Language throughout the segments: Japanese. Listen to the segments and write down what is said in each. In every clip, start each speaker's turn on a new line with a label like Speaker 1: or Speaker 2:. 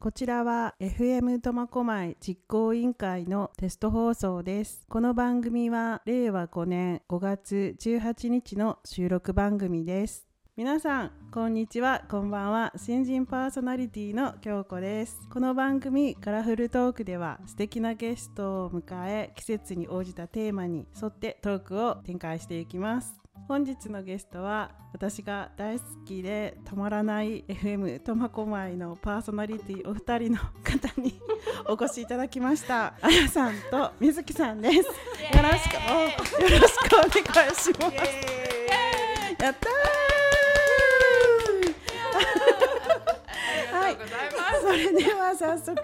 Speaker 1: こちらは FM 苫小牧実行委員会のテスト放送ですこの番組は令和5年5月18日の収録番組です皆さんこんにちはこんばんは新人パーソナリティの京子ですこの番組カラフルトークでは素敵なゲストを迎え季節に応じたテーマに沿ってトークを展開していきます本日のゲストは私が大好きでたまらない FM 苫小牧のパーソナリティお二人の方にお越しいただきましたあやさんとみずきさんですよろしくおよろしくお願いしますやったー
Speaker 2: あ
Speaker 1: は
Speaker 2: り
Speaker 1: い
Speaker 2: がとうございます。
Speaker 1: それでは早速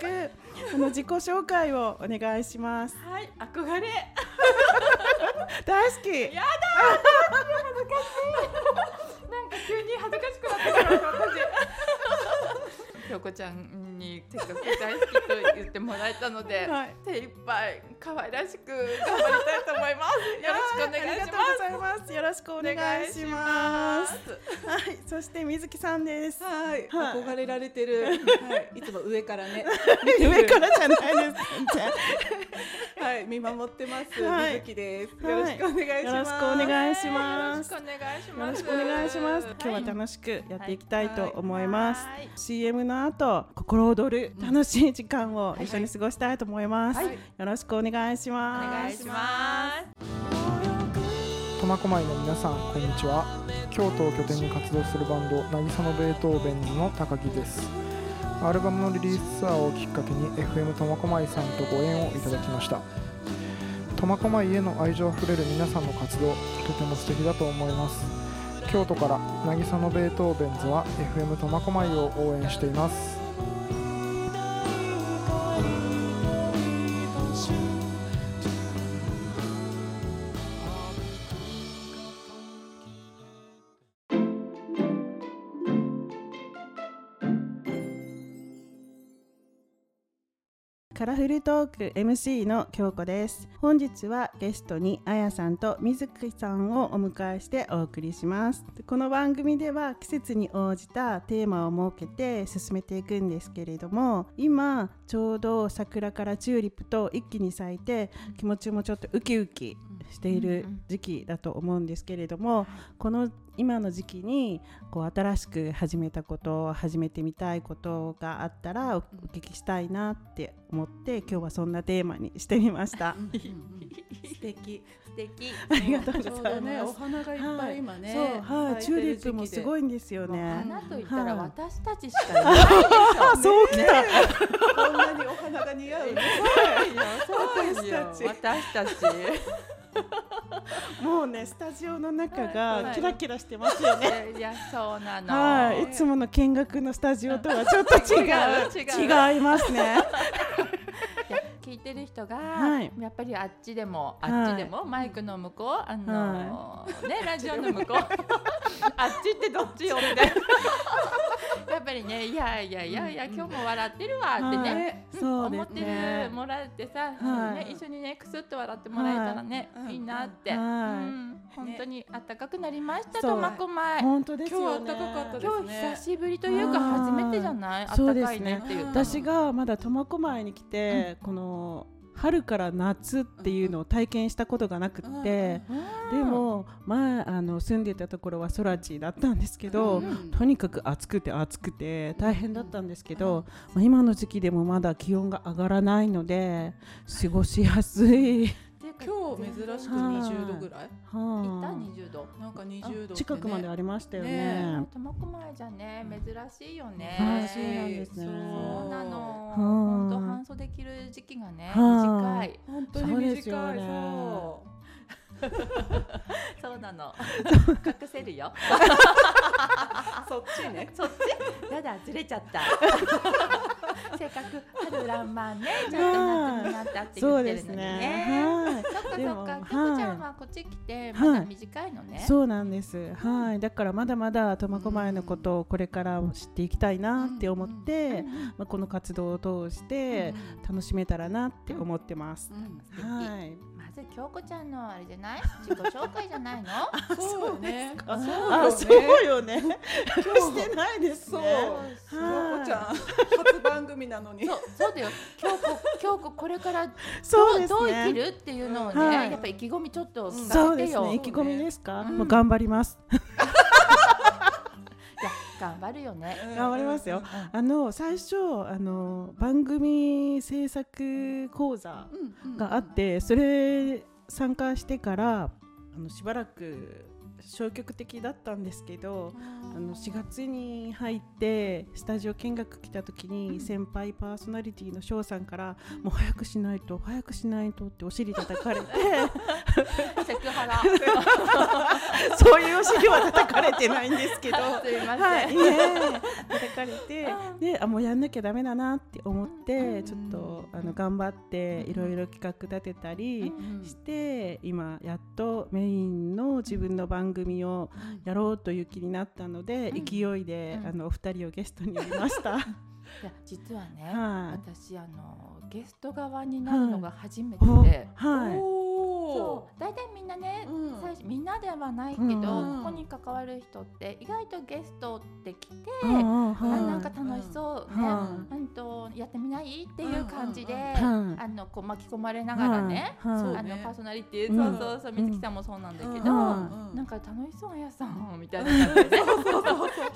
Speaker 1: あの自己紹介をお願いします
Speaker 2: はい、憧れ。
Speaker 1: 大好き
Speaker 2: やだー。恥ずかしい。なんか急に恥ずかしくなってきた私。ひょこちゃんにせっかく大好きと言ってもらえたので、
Speaker 1: はい
Speaker 2: 手一杯可愛らしく頑張りたいと思い ます。よろしくお願いします。
Speaker 1: ありがとうございますよろしくお願いしますはい、そして水木さんです。
Speaker 3: はい、
Speaker 1: はい
Speaker 3: 憧れられ てる、はい、いつも上からね、
Speaker 1: 上からじゃないです。
Speaker 3: はい、見守ってます、
Speaker 1: はい
Speaker 3: 水木です。
Speaker 1: はい
Speaker 3: よろしくお願いし
Speaker 1: よろ
Speaker 3: ま
Speaker 1: し
Speaker 3: す。
Speaker 1: くお願いします。よ
Speaker 2: よろしくお願いしま
Speaker 1: ろ
Speaker 2: す。
Speaker 1: しくお願いします。今日は
Speaker 2: し
Speaker 1: 楽しくやっていきたいと思います。
Speaker 2: はい
Speaker 1: CM の後、心躍る楽しい時間を一緒に過ごしたいと思います。
Speaker 3: はい
Speaker 1: よろしくお願いし
Speaker 2: お
Speaker 1: ます。
Speaker 2: 願いします。
Speaker 4: 苫小牧の皆さんこんにちは京都を拠点に活動するバンド渚のベートーベンの高木ですアルバムのリリースツアーをきっかけに FM 苫小牧さんとご縁をいただきました苫小牧への愛情あふれる皆さんの活動とても素敵だと思います京都から渚のベートーベンズは FM 苫小牧を応援しています
Speaker 1: カラフルトーク MC の京子です本日はゲストにあやさんとみずきさんをお迎えしてお送りしますこの番組では季節に応じたテーマを設けて進めていくんですけれども今ちょうど桜からチューリップと一気に咲いて気持ちもちょっとウキウキしている時期だと思うんですけれどもこの今の時期にこう新しく始めたこと始めてみたいことがあったらおお聞きしたいなって思って今日はそんなテーマにしてみました。
Speaker 3: 素敵。
Speaker 2: 素 敵。
Speaker 1: ありがとうござい
Speaker 3: ちょ
Speaker 1: ます
Speaker 3: うどね、お花がいっぱ
Speaker 1: はい
Speaker 3: い今ね。
Speaker 1: そうはいチューリップもすご
Speaker 3: い。
Speaker 1: いんですよね。
Speaker 2: 花と言ったら
Speaker 1: はい
Speaker 2: 私たちしかいないでしょ。
Speaker 1: そうきた、
Speaker 3: こんなにお花が似合うね。
Speaker 2: そうよ
Speaker 3: 私たち
Speaker 2: 私たち。
Speaker 1: もうねスタジオの中が
Speaker 2: はい
Speaker 1: キラキラしてますよね。
Speaker 2: いやそうなの。
Speaker 1: はい、いつもの見学のスタジオとはちょっと違う
Speaker 2: 違う
Speaker 1: 違いますね。
Speaker 2: いや聞いてる人が、
Speaker 1: はい
Speaker 2: やっぱりあっちでも
Speaker 1: はい
Speaker 2: あっちでも、マイクの向こうあのーねラジオの向こうあっちってどっちよみたい な。やっぱりねいやいやいやいや、今日も笑ってるわっ
Speaker 1: は
Speaker 2: てね。
Speaker 1: い
Speaker 3: ね、
Speaker 2: うん
Speaker 1: そう
Speaker 2: 思
Speaker 1: で
Speaker 2: っ
Speaker 1: す
Speaker 2: てる
Speaker 1: ね。
Speaker 2: もらってさ、
Speaker 1: はい
Speaker 2: ね、一緒にねくすっと笑ってもらえたらね、、
Speaker 3: はいい
Speaker 2: いなって、
Speaker 1: はい
Speaker 2: うん、本当にあったかくなりました
Speaker 1: そう
Speaker 2: 苫小牧
Speaker 1: 本当です
Speaker 3: 今日
Speaker 1: よ
Speaker 3: は
Speaker 1: ね。
Speaker 3: 暖かかったです
Speaker 2: 今日
Speaker 3: ね
Speaker 2: 久。しぶりというか
Speaker 1: はい
Speaker 2: 初めてじゃないあっ
Speaker 1: そう
Speaker 2: た
Speaker 1: で
Speaker 2: か
Speaker 1: す
Speaker 2: い
Speaker 1: ね
Speaker 2: ねっていうの
Speaker 1: 私がまだ苫小牧に来て、この春から夏っていうのを体験したことがなくって、
Speaker 2: うん
Speaker 1: でも前あの住んでたところは空地だったんですけど、
Speaker 3: うんうん
Speaker 1: とにかく暑くて暑くて大変だったんですけど、まあ今の時期でもまだ気温が上がらないので過ごしやすい。
Speaker 2: って いうか
Speaker 3: 今日珍しく
Speaker 1: はい
Speaker 3: 20度ぐらい。
Speaker 1: は
Speaker 2: 行った
Speaker 1: あ
Speaker 2: 20度
Speaker 3: なんか20度ってね。
Speaker 1: 近くまでありましたよね。
Speaker 3: ね
Speaker 2: 苫小牧じゃね珍しいよね
Speaker 1: はいそうなんですね
Speaker 2: そうなの。
Speaker 1: うん
Speaker 2: 本当半袖着る時期がね短
Speaker 1: はい
Speaker 2: い
Speaker 3: 本当に
Speaker 1: そう
Speaker 3: 短
Speaker 1: で
Speaker 3: い。
Speaker 1: すよ
Speaker 3: そう
Speaker 1: ね
Speaker 2: そうなの隠せ るよ
Speaker 3: そっちね。
Speaker 2: そっちやだずれちゃったせっかく春らんまんねちょっと夏になったって言
Speaker 1: そ
Speaker 2: っ
Speaker 1: う
Speaker 2: て
Speaker 1: で
Speaker 2: る
Speaker 1: す
Speaker 2: のにね
Speaker 1: ね。
Speaker 2: そっかそっか
Speaker 1: でも
Speaker 2: きょこち
Speaker 1: はい
Speaker 2: ゃんはこっち来て
Speaker 1: はい
Speaker 2: まだ短いのね、
Speaker 1: はい、そうなんです。はい、だからまだまだ苫小牧のことをこれからも知っていきたいなって思って、まあこの活動を通して楽しめたらなって思ってます。
Speaker 3: うん
Speaker 2: 素敵
Speaker 1: はい、
Speaker 2: まずせ京子ちゃんのあれじゃない自己紹介じゃないの
Speaker 3: そうよね。
Speaker 1: あ
Speaker 3: そう
Speaker 1: あ、そうよね。 してないです
Speaker 3: そう。
Speaker 1: ね。
Speaker 3: ひ
Speaker 1: はい
Speaker 3: ろこちゃん初番組なのに。
Speaker 2: そうそうだよ京子 京子これからど
Speaker 1: そう
Speaker 2: う
Speaker 1: です
Speaker 2: どう生き
Speaker 1: ね。
Speaker 2: るっていうのをね、
Speaker 1: はい
Speaker 2: やっぱ意気込みちょっと聞
Speaker 1: そ
Speaker 2: か
Speaker 1: う
Speaker 2: せ
Speaker 1: で
Speaker 2: て
Speaker 1: すね。
Speaker 2: よ、
Speaker 1: 意
Speaker 2: い
Speaker 1: 気込みですか。
Speaker 2: うん
Speaker 1: もう頑張ります。
Speaker 2: や頑張るよね
Speaker 1: 頑張りますよ。
Speaker 2: う
Speaker 1: あの最初あの番組制作講座
Speaker 3: うんうん。
Speaker 1: があって、それ参加してからあのしばらく消極的だったんですけど。あの4月に入ってスタジオ見学来た時に先輩パーソナリティの翔さんから「もう早くしないと早くしないと」ってお尻叩かれて
Speaker 2: セクハラ
Speaker 1: そういうお尻は叩かれてないんですけど。
Speaker 2: すいませ ん、
Speaker 1: はい、いえ叩かれてであもうやんなきゃダメだなって思ってちょっとあの頑張っていろいろ企画立てたり
Speaker 2: うん
Speaker 1: して今やっとメインの自分の番組をやろうという気になったので、
Speaker 2: うん
Speaker 1: 勢いで、
Speaker 2: うん
Speaker 1: あのお二人をゲストに呼びま した。はい
Speaker 2: や実はね、
Speaker 1: はい
Speaker 2: 私あのゲスト側になるのが初めてで、
Speaker 1: い。
Speaker 3: お
Speaker 2: そ
Speaker 3: お。
Speaker 2: う大体みんなね、
Speaker 3: うん
Speaker 2: 最初みんなではないけど、
Speaker 1: うん
Speaker 2: ここに関わる人って意外とゲストって来て、
Speaker 1: うんうん
Speaker 2: あ
Speaker 1: はい
Speaker 2: なんか楽しそうね、
Speaker 1: は
Speaker 2: うんとやってみないっていう感じで、
Speaker 1: んはい
Speaker 2: あのこう巻き込まれながらね、
Speaker 1: はい
Speaker 3: そう
Speaker 2: あの
Speaker 3: ね
Speaker 2: パーソナリティ、
Speaker 1: うん
Speaker 2: そうそうそう水木さんもそうなんだけど、
Speaker 1: うん
Speaker 2: なん
Speaker 3: か
Speaker 2: か楽しそうあやさんみたいな感じでねそうそうそうちょっ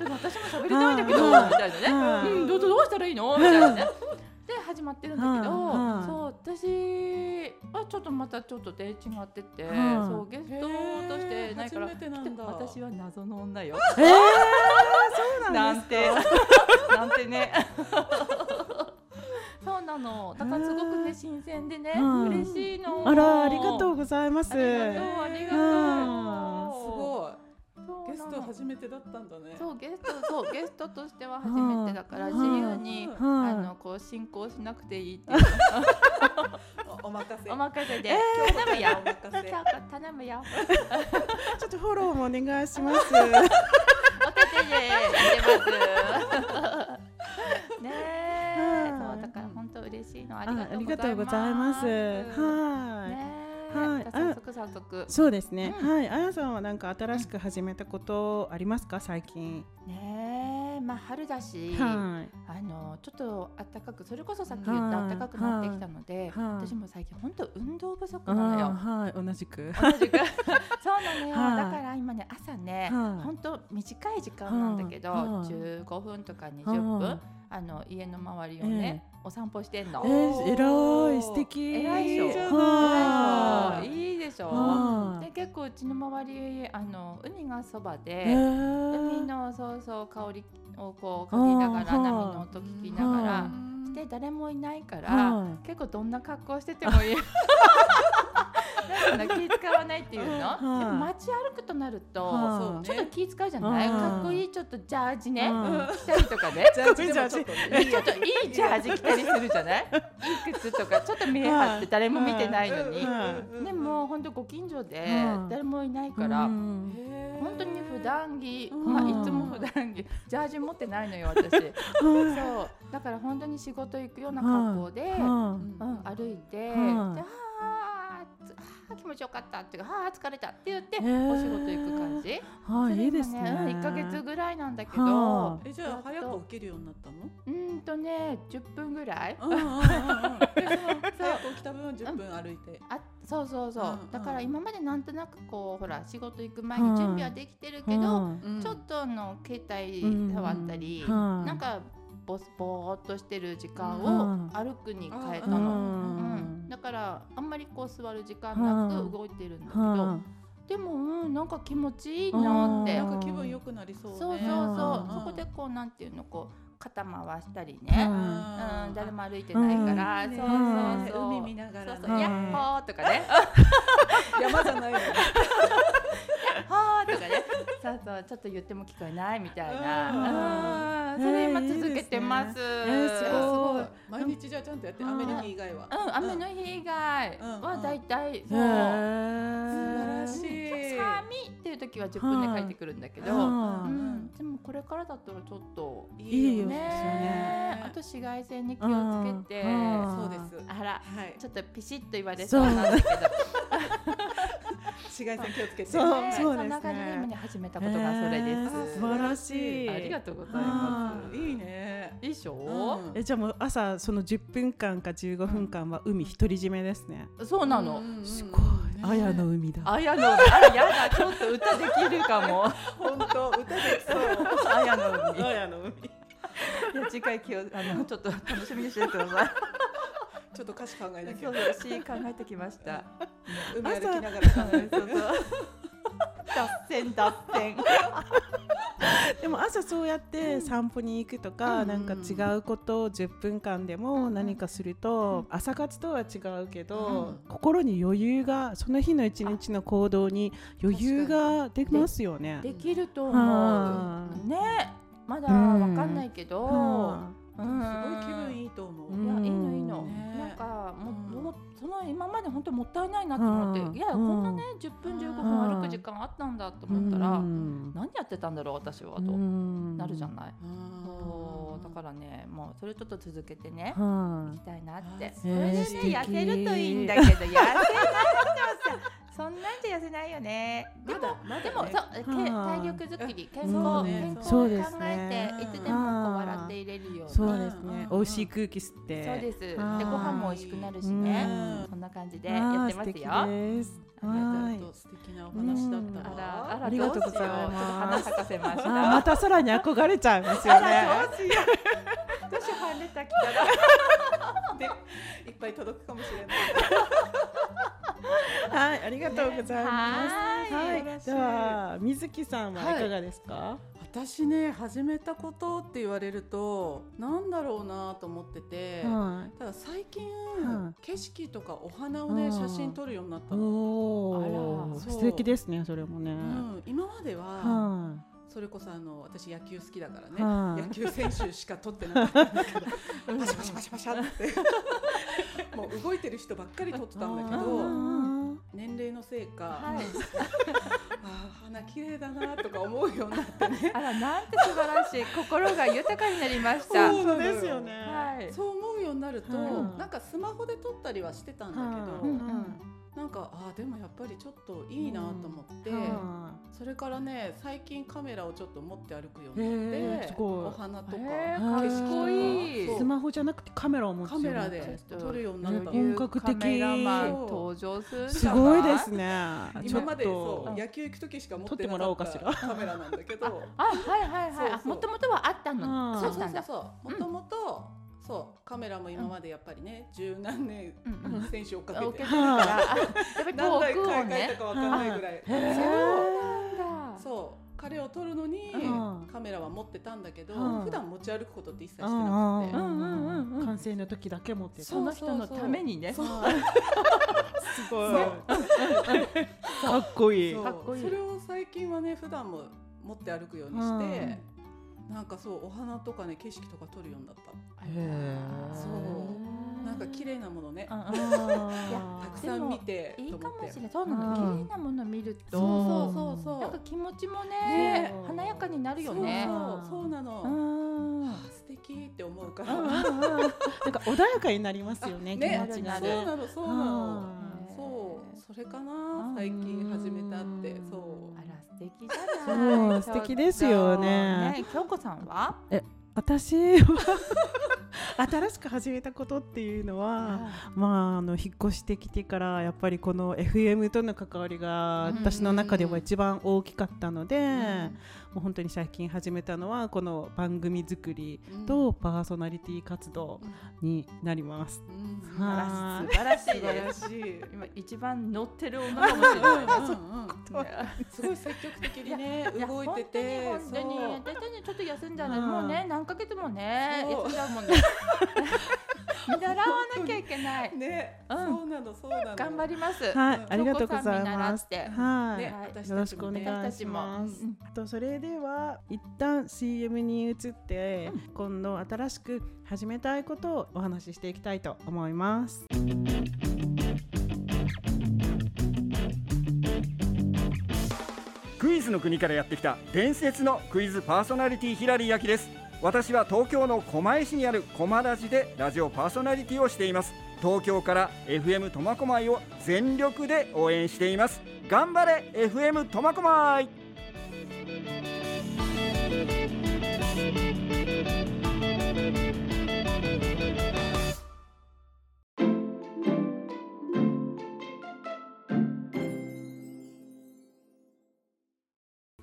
Speaker 2: と私も喋りたいんだけどみ
Speaker 1: はい
Speaker 2: たいな
Speaker 1: はい
Speaker 2: ね、うん、どうどうしたらいいのみたいなね。で始まってるんだけど、
Speaker 1: はい
Speaker 2: そう私はちょっとまたちょっとで違ってて、
Speaker 1: はい
Speaker 2: そうゲストとしてないから
Speaker 3: へー初めてなんだ
Speaker 2: 私は謎の女よ。
Speaker 1: えー、そうな
Speaker 2: なん
Speaker 1: で
Speaker 2: ん
Speaker 1: す
Speaker 2: てなんてね。 そうなの。だからすごくね新鮮でね、
Speaker 1: うん
Speaker 2: 嬉しいの。
Speaker 1: あらありがとうございます。
Speaker 2: ありがとうありがと
Speaker 1: うん
Speaker 2: う。
Speaker 3: すご
Speaker 2: そう
Speaker 3: い。ゲスト
Speaker 2: なの
Speaker 3: 初めてだったんだね。
Speaker 2: そうゲストそうゲストとしては初めてだから
Speaker 3: うん
Speaker 2: 自由に
Speaker 3: うん
Speaker 1: はい
Speaker 2: あのこう進行しなくていいっていう
Speaker 3: おお任せ。
Speaker 2: お任せで
Speaker 3: 今日も
Speaker 2: 頼むよ
Speaker 3: お任せ。
Speaker 2: 頼むよ
Speaker 1: ちょっとフォローもお願いします。
Speaker 2: お手手でやって ますねえ
Speaker 1: うん
Speaker 2: そうだから本当嬉しいのあ
Speaker 1: ああり
Speaker 2: り
Speaker 1: が
Speaker 2: が
Speaker 1: と
Speaker 2: と
Speaker 1: う
Speaker 2: う
Speaker 1: ご
Speaker 2: ご
Speaker 1: ざ
Speaker 2: ざ
Speaker 1: い
Speaker 2: い
Speaker 1: ま。
Speaker 2: ますす
Speaker 1: はい。
Speaker 2: ねえ
Speaker 1: はい
Speaker 2: じゃあ早速早速
Speaker 1: そうですね、
Speaker 2: うん
Speaker 1: はい、あやさんはなんか新しく始めたことありますか、最近。
Speaker 2: ねえまあ春だし
Speaker 1: は
Speaker 2: あのちょっと暖かくそれこそさっき言った暖かくなってきたので
Speaker 1: はいはい
Speaker 2: 私も最近本当運動不足
Speaker 1: い。
Speaker 2: なのよ
Speaker 1: はい、同じく。
Speaker 2: 同じく そうなのよ、
Speaker 1: はい
Speaker 2: だから今ね朝ね
Speaker 1: はい
Speaker 2: 本当、短い時間なんだけど、
Speaker 1: はいはい
Speaker 2: 15分とか20分、
Speaker 1: は
Speaker 2: あの家の周りをね、お散歩してんの
Speaker 1: え。ー、えらい、素敵。
Speaker 2: 偉いでしょ
Speaker 3: いいじゃ
Speaker 1: は。
Speaker 3: ない
Speaker 2: いいでしょ
Speaker 1: は
Speaker 2: で
Speaker 1: い。
Speaker 2: 結構うちの周りあの海がそば
Speaker 1: え
Speaker 2: で、海
Speaker 1: ー
Speaker 2: のそうそう香りをこう嗅ぎながら
Speaker 1: はい
Speaker 2: 波の音聞きなが
Speaker 1: は
Speaker 2: ら
Speaker 3: で
Speaker 2: で誰もいないから、
Speaker 1: はい
Speaker 2: 結構どんな格好しててもい い。なんか気使わないっていうの、やっぱ街歩くとなると、
Speaker 1: は
Speaker 2: ちょっと気使うじゃない、
Speaker 1: うん
Speaker 2: かっこいいちょっとジャージね、
Speaker 1: うん
Speaker 2: 着たりとかね
Speaker 3: ジャージでもちょっとね
Speaker 2: ちょっといいジャージ着たりするじゃないいい靴とかちょっと見え張って誰も見てないのに、
Speaker 1: うん
Speaker 2: でもほんとご近所で
Speaker 1: うん
Speaker 2: 誰もいないから、
Speaker 1: うん
Speaker 2: 本
Speaker 3: 本
Speaker 2: 当に普段着、
Speaker 3: うん
Speaker 2: まあ、いつも普段着ジャージ持ってないのよ 私そう
Speaker 1: は
Speaker 2: だから本当に仕事行くような格好で、
Speaker 1: い。は
Speaker 2: うん、歩いて、
Speaker 1: はい
Speaker 2: であーつあー気持ちよかったっていうかあー疲れたって言って、
Speaker 1: へー
Speaker 2: お仕事行く感じ
Speaker 1: い。はい
Speaker 2: それが
Speaker 1: いいですね。
Speaker 2: うん一ヶ月ぐらいなんだけ
Speaker 1: は
Speaker 2: ど
Speaker 1: い
Speaker 3: えじゃあ早く起きるようになったの？
Speaker 2: うーんとね10分ぐらい
Speaker 3: うんう んうんうんでその早く起きた分10分歩いて。
Speaker 2: あそうそうそう、
Speaker 3: うんうん
Speaker 2: だから今までなんとなくこうほら仕事行く前
Speaker 1: は
Speaker 2: に
Speaker 1: い
Speaker 2: 準備はできてるけど、
Speaker 1: はい
Speaker 2: ちょっとあの携帯
Speaker 1: うん
Speaker 2: 触ったり、
Speaker 1: はい
Speaker 2: なんかぼぼーっとしてる時間
Speaker 1: うん
Speaker 2: を歩くに変えた
Speaker 1: う
Speaker 2: の、
Speaker 1: ん
Speaker 2: うん、だからあんまりこう座る時間な
Speaker 1: はい
Speaker 2: く動いてるんだけど、
Speaker 1: は
Speaker 2: でも、うん、なんか気持ちいいなって、
Speaker 3: なん
Speaker 1: うん
Speaker 3: か気分良くなりそう
Speaker 2: そう
Speaker 3: ね。
Speaker 2: そうそう、
Speaker 1: うん
Speaker 2: そこでこうなんていうのこう肩回したり
Speaker 1: う
Speaker 2: ね、
Speaker 1: ん
Speaker 2: うん、誰も歩いてないから、
Speaker 3: うん
Speaker 2: そう
Speaker 1: うん
Speaker 2: そうそう、
Speaker 3: 海見ながら
Speaker 2: そう
Speaker 3: ね
Speaker 2: そう、
Speaker 1: ん
Speaker 2: ヤッホーとかね、
Speaker 3: 山じゃないよね。
Speaker 2: はーとかね、そうそう、ちょっと言っても聞こえないみたいな。
Speaker 1: う
Speaker 2: うんん、それ今続けてます。
Speaker 1: いですねえーすごい
Speaker 3: 毎日じゃあちゃんとやって
Speaker 1: うん
Speaker 3: アメリカ以外は。
Speaker 2: うん、雨の日以外はだいたい
Speaker 1: い。
Speaker 2: そう。
Speaker 1: へー
Speaker 3: 素晴らし
Speaker 2: 寒いっていう時は10分で帰ってくるんだけど、う
Speaker 1: は
Speaker 2: ん、でもこれからだったらちょっと
Speaker 3: い。
Speaker 1: いいよ
Speaker 2: ね
Speaker 1: ね
Speaker 2: え、あと紫外線に気をつけて、
Speaker 1: うんうん
Speaker 3: そうです。
Speaker 2: あら、
Speaker 3: はい。
Speaker 2: ちょっとピシッと言われそうなんだけど、
Speaker 3: 紫外線気をつけて。
Speaker 1: そう
Speaker 2: ね
Speaker 1: そうですね
Speaker 2: んな感じで今ね始めたことがそれで
Speaker 1: え
Speaker 2: す。
Speaker 1: ー素晴らしい。
Speaker 2: ありがとうございま
Speaker 1: あ
Speaker 3: いいね。
Speaker 2: す。いいでしょ、
Speaker 3: うん
Speaker 1: えじゃあもう朝その10分間か15分間は海独り占めですね。
Speaker 2: そうなの。
Speaker 3: うんうんうん
Speaker 1: すごい。あやの海だ。
Speaker 2: あやの、あれやだ、ちょっと歌できるかも。
Speaker 3: 本当歌でき そう。あやの海。あやの海。
Speaker 2: いや次回気を、あの、 ちょっと楽しみにしてください。
Speaker 3: ちょっと歌詞考えなき
Speaker 2: そ
Speaker 3: ゃ
Speaker 2: う。そう、し、考えてきました。
Speaker 3: 海歩きながら考えて。
Speaker 2: 脱線、脱線。
Speaker 1: でも朝そうやって散歩に行くとか、
Speaker 3: うん
Speaker 1: なんか違うことを10分間でも何かすると、朝活とは違うけど、心に余裕がその日の一日の行動に余裕ができますよね。
Speaker 2: できると
Speaker 1: は
Speaker 2: 思。
Speaker 1: いう
Speaker 2: ね、まだわかんないけど。
Speaker 1: は
Speaker 2: う
Speaker 3: す
Speaker 2: ん
Speaker 3: ごい気分いいと思う。
Speaker 1: うん
Speaker 2: いやいいのいいの、
Speaker 3: ね
Speaker 2: なんかも,、
Speaker 3: うん
Speaker 2: もうその今まで本当もったいないなと思って、
Speaker 1: うん
Speaker 2: いやこんなね10分15分歩く時間あったんだと思ったら、
Speaker 1: うん
Speaker 2: 何やってたんだろう私はと
Speaker 1: うん
Speaker 2: なるじゃない、そうだ
Speaker 3: だ
Speaker 2: かららねもうそれちょっと続けてね、
Speaker 1: はい
Speaker 2: 行きたいなって
Speaker 3: あ
Speaker 2: それで
Speaker 1: えー
Speaker 2: ね
Speaker 1: 素敵
Speaker 2: 痩せるといいんだけど痩せないとさそんなんじゃ痩せないよねで
Speaker 3: ま
Speaker 2: も
Speaker 3: だまだね
Speaker 2: でもそう、け
Speaker 1: はい
Speaker 2: 体力づくり健
Speaker 1: そ
Speaker 2: 康、
Speaker 1: うね
Speaker 2: 健康
Speaker 1: そう
Speaker 2: を考
Speaker 1: です
Speaker 2: え
Speaker 1: ね
Speaker 2: て、いつでもこう笑っていれるような
Speaker 1: そうですね。
Speaker 3: うん
Speaker 1: 美味しい空気吸って。
Speaker 2: そうです。で、ご
Speaker 1: はい
Speaker 2: 飯も美味しくなるしね。
Speaker 1: うん
Speaker 2: そんな感じでや
Speaker 1: あー
Speaker 2: ってます
Speaker 1: 素
Speaker 2: よ。
Speaker 1: 敵です。
Speaker 2: ありがとう
Speaker 1: はい
Speaker 3: と素敵なお話だった
Speaker 2: あ
Speaker 3: わ
Speaker 2: ら、あら、
Speaker 1: ありがとうござい
Speaker 2: ど
Speaker 1: ます
Speaker 2: うしようちょっと花咲かせまし
Speaker 1: あーま
Speaker 2: た。
Speaker 1: たさらに憧れちゃいますよ
Speaker 2: あ
Speaker 1: ね。
Speaker 2: ら、どうしよう。どうしよう、ファンレター来たら。
Speaker 3: でいっぱい届くかもしれない。
Speaker 1: はい、ありがとうございます。
Speaker 2: は
Speaker 1: は
Speaker 2: ー
Speaker 1: い
Speaker 2: い。、
Speaker 1: では水木さんはいかがですか？
Speaker 3: 私ね始めたことって言われるとなんだろうなと思ってて、
Speaker 1: は
Speaker 3: ただ最近、
Speaker 1: はい
Speaker 3: 景色とかお花をね、
Speaker 1: うん
Speaker 3: 写真撮るようになっ
Speaker 1: い。
Speaker 3: たの、
Speaker 1: お
Speaker 2: あ
Speaker 1: お、
Speaker 2: ら
Speaker 3: そう
Speaker 1: 素敵ですね、それもね。
Speaker 3: うん今までは、
Speaker 1: は
Speaker 3: それこそあの私野球好きだからね、
Speaker 1: はい
Speaker 3: 野球選手しか撮ってなかったんだけど パシャパシャパシャパシャってもう動いてる人ばっかり撮って
Speaker 1: い。
Speaker 3: たんだけ
Speaker 1: あ
Speaker 3: ど
Speaker 1: ー
Speaker 3: 年齢のせいか、
Speaker 2: はい。
Speaker 3: あー花綺麗だなとか思うようになってね
Speaker 2: あら、なんて素晴らしい。心が豊かになりました。
Speaker 3: そう
Speaker 1: そうですよね。
Speaker 2: はい。
Speaker 3: そう思うようになると、
Speaker 1: はい
Speaker 3: なんかスマホで撮ったりはしてたんだけど、
Speaker 1: うん
Speaker 2: うん
Speaker 3: なんかあーでもやっぱりちょっといいなと思って、
Speaker 1: は
Speaker 3: それからね最近カメラをちょっと持って歩くよう
Speaker 1: い。へ
Speaker 3: になって、
Speaker 1: え、すご
Speaker 3: お
Speaker 1: い。
Speaker 3: 花とか、
Speaker 2: えー
Speaker 1: かっ
Speaker 3: 景色と
Speaker 1: こ
Speaker 2: いい
Speaker 3: そう
Speaker 1: スマホじゃなくてカメラを持つ
Speaker 3: カ
Speaker 1: ように
Speaker 3: メ
Speaker 1: な
Speaker 3: ラ
Speaker 1: った
Speaker 3: で撮るようになった
Speaker 1: 女優本格的
Speaker 2: カメラマン登場するんじ
Speaker 1: す
Speaker 2: ゃ
Speaker 1: ごい
Speaker 2: な
Speaker 1: です。ね。ちょ
Speaker 3: 今
Speaker 1: っ
Speaker 3: までそ
Speaker 1: と
Speaker 3: う野球行く時しか持って
Speaker 1: 撮っても
Speaker 3: な
Speaker 1: ら
Speaker 3: か
Speaker 1: おう
Speaker 3: っ
Speaker 1: か
Speaker 3: た
Speaker 1: しら
Speaker 3: カメラなんだけど
Speaker 2: あ、はいはいはい
Speaker 3: そう
Speaker 2: あ。
Speaker 3: そう
Speaker 2: もともとはあった
Speaker 1: う
Speaker 2: の。
Speaker 1: ん
Speaker 2: そ
Speaker 3: そうう
Speaker 2: なん
Speaker 3: そう
Speaker 2: だ。
Speaker 3: そうもともとそうカメラも今までやっぱりね十何年
Speaker 2: うんうん
Speaker 3: 選 手をか
Speaker 2: あ
Speaker 3: け
Speaker 2: 受
Speaker 3: て
Speaker 2: け取るから、あやっぱり
Speaker 3: 何
Speaker 2: こう
Speaker 3: 台
Speaker 2: 奥を
Speaker 3: 買い替えた
Speaker 2: ね。
Speaker 3: かわかんないぐらい、
Speaker 1: へ
Speaker 2: なんだ
Speaker 3: そうそう彼を撮るのに
Speaker 1: うん
Speaker 3: カメラは持ってたんだけど
Speaker 1: うん
Speaker 3: 普段持ち歩くことって一切して
Speaker 1: う
Speaker 3: なくて
Speaker 1: んう。んうん
Speaker 2: うんうん
Speaker 1: う。
Speaker 2: うんん
Speaker 1: 完成の時だけ持ってた。
Speaker 2: その人のためにね。
Speaker 3: そう
Speaker 1: すごい。 かっこいい。
Speaker 3: そう
Speaker 2: かっこいい
Speaker 3: それを最近はね普段も持って歩くようにして、なんかそうお花とかね景色とか撮るようになった
Speaker 1: へー
Speaker 2: そう
Speaker 3: なんか綺麗なものね
Speaker 2: うんうん
Speaker 1: あ
Speaker 3: たく
Speaker 1: ー
Speaker 3: さん見て
Speaker 2: いい
Speaker 3: と
Speaker 2: か
Speaker 3: 思っ
Speaker 2: も
Speaker 3: て
Speaker 2: しれない。そうな
Speaker 1: うん
Speaker 2: の。綺麗なもの見ると。
Speaker 3: そうそうそうそう
Speaker 2: なんか気持ちも
Speaker 3: ね
Speaker 2: ね、華やかになるよね。
Speaker 3: そうそうそうなの、
Speaker 2: う
Speaker 3: あ
Speaker 2: ん。
Speaker 3: ー素敵って思うか
Speaker 1: うんうん
Speaker 3: ら
Speaker 1: うんなんか穏やかになりますよね。気
Speaker 3: ね
Speaker 1: 持
Speaker 3: そ
Speaker 1: ち
Speaker 3: う
Speaker 1: が
Speaker 3: な
Speaker 1: ね。
Speaker 3: のそうなの
Speaker 1: あ
Speaker 2: ー
Speaker 3: そうそれか
Speaker 1: う
Speaker 3: なん最近始めたってそう
Speaker 2: あら素敵じゃない。
Speaker 1: そう
Speaker 2: ちょ
Speaker 1: 素
Speaker 2: っと
Speaker 1: 敵ですよね
Speaker 2: ね、京子さんは？
Speaker 1: 私は新しく始めたことっていうのは、まああの引っ越してきてからやっぱりこの FM との関わりが
Speaker 2: うん
Speaker 1: 私の中では一番大きかったので、
Speaker 2: うん
Speaker 1: もう本当に最近始めたのはこの番組作り
Speaker 3: うん
Speaker 1: とパーソナリティ活動になります。
Speaker 3: うん素
Speaker 1: はい
Speaker 2: あら素晴らしい
Speaker 3: 晴
Speaker 2: で
Speaker 3: ら
Speaker 2: す。
Speaker 3: しい
Speaker 2: 今一番乗ってる女かもしれない。
Speaker 3: うんうんすごい積極的にね
Speaker 2: いや
Speaker 3: 動いてて
Speaker 2: 本当に
Speaker 3: そう
Speaker 2: 本当に私たちちょっと休んだら
Speaker 1: うん
Speaker 2: もうね何ヶ月もね
Speaker 3: そう
Speaker 2: 休んじゃうもんね見習わなきゃいけない
Speaker 3: ね、
Speaker 2: うん
Speaker 3: そうなのそうなの
Speaker 2: 頑張りますは
Speaker 1: はい、
Speaker 3: うん
Speaker 1: ありがとうございます。
Speaker 2: 京子さん見習って
Speaker 1: はい、
Speaker 3: ね、
Speaker 2: はい
Speaker 3: 私
Speaker 1: よろ
Speaker 3: た
Speaker 1: し
Speaker 3: ち
Speaker 1: くお
Speaker 3: も
Speaker 1: 願い
Speaker 3: ね
Speaker 1: します
Speaker 2: 私たちも
Speaker 1: えっとそれでは一旦 CM に移って、今度新しく始めたいことをお話ししていきたいと思います
Speaker 5: クイズの国からやってきた伝説のクイズパーソナリティヒラリー・アキです私は東京の狛江市にある狛ラジでラジオパーソナリティをしています東京から FM 苫小牧を全力で応援しています頑張れ FM 苫小牧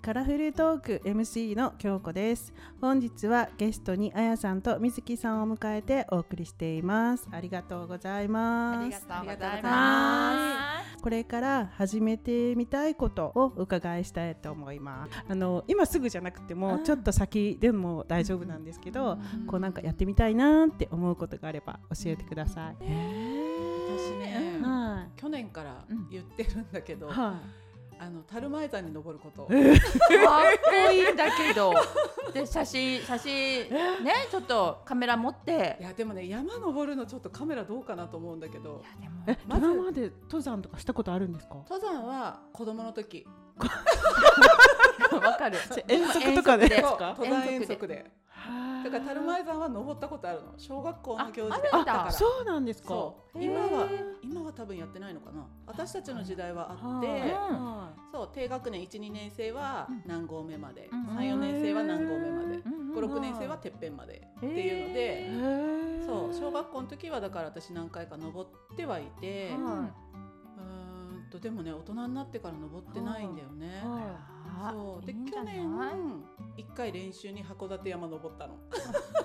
Speaker 1: カラフルトーク MC の京子です本日はゲストにあやさんとみずきさんを迎えてお送りしていますありがとうござい
Speaker 2: あ
Speaker 1: ま
Speaker 2: り
Speaker 1: す
Speaker 2: がとうござい
Speaker 1: ま
Speaker 2: ます
Speaker 1: これから始めてみたいことをお伺いしたいと思いますあの今すぐじゃなくても
Speaker 2: うん
Speaker 1: ちょっと先でも大丈夫なんですけど、
Speaker 2: うん
Speaker 1: こうなんかやってみたいなって思うことがあれば教えてください、
Speaker 3: 私ね、
Speaker 1: は
Speaker 3: 去年から
Speaker 2: うん
Speaker 3: 言ってるんだけど、
Speaker 1: いはい
Speaker 3: あの樽前山に登ること、
Speaker 2: かっこいいんだけどで写真写真ねちょっとカメラ持ってい
Speaker 3: い
Speaker 2: や
Speaker 3: やでもね山登るのちょっとカメラどうかなと思うんだけど
Speaker 2: でも
Speaker 1: え、
Speaker 3: まず
Speaker 1: 今まで登山とかしたことあるんですか
Speaker 3: 登山は子供の時
Speaker 2: わか る。
Speaker 1: 遠足とかで
Speaker 2: 遠
Speaker 1: す
Speaker 2: 足
Speaker 3: そう
Speaker 1: か
Speaker 3: 登山遠足で
Speaker 1: だ
Speaker 3: だから樽前山は登ったことあるの小学校の行事
Speaker 2: あ
Speaker 3: で
Speaker 2: ある
Speaker 3: あ
Speaker 2: ん
Speaker 3: っ
Speaker 2: だ
Speaker 3: たから
Speaker 1: そうなんですか
Speaker 3: そう
Speaker 2: へー
Speaker 3: 今は今は多分やってないのかな私たちの時代はあって、
Speaker 1: はい
Speaker 2: は
Speaker 3: そう低学年12年生は
Speaker 2: うん
Speaker 3: 何合目まで、
Speaker 2: うん
Speaker 3: 34年生は何合目まで
Speaker 2: うんうんうん
Speaker 3: 56年生はてっぺんまでっていうの
Speaker 1: へ
Speaker 3: で、
Speaker 1: ー
Speaker 3: そう小学校の時はだから私何回か登ってはいて、
Speaker 1: はいうは
Speaker 3: ーんとでもね大人になってから登ってないんだよね。
Speaker 1: は
Speaker 3: そうで
Speaker 2: いいんじ
Speaker 3: 去
Speaker 2: ゃない
Speaker 3: 年一回練習に函館山登ったの。
Speaker 1: い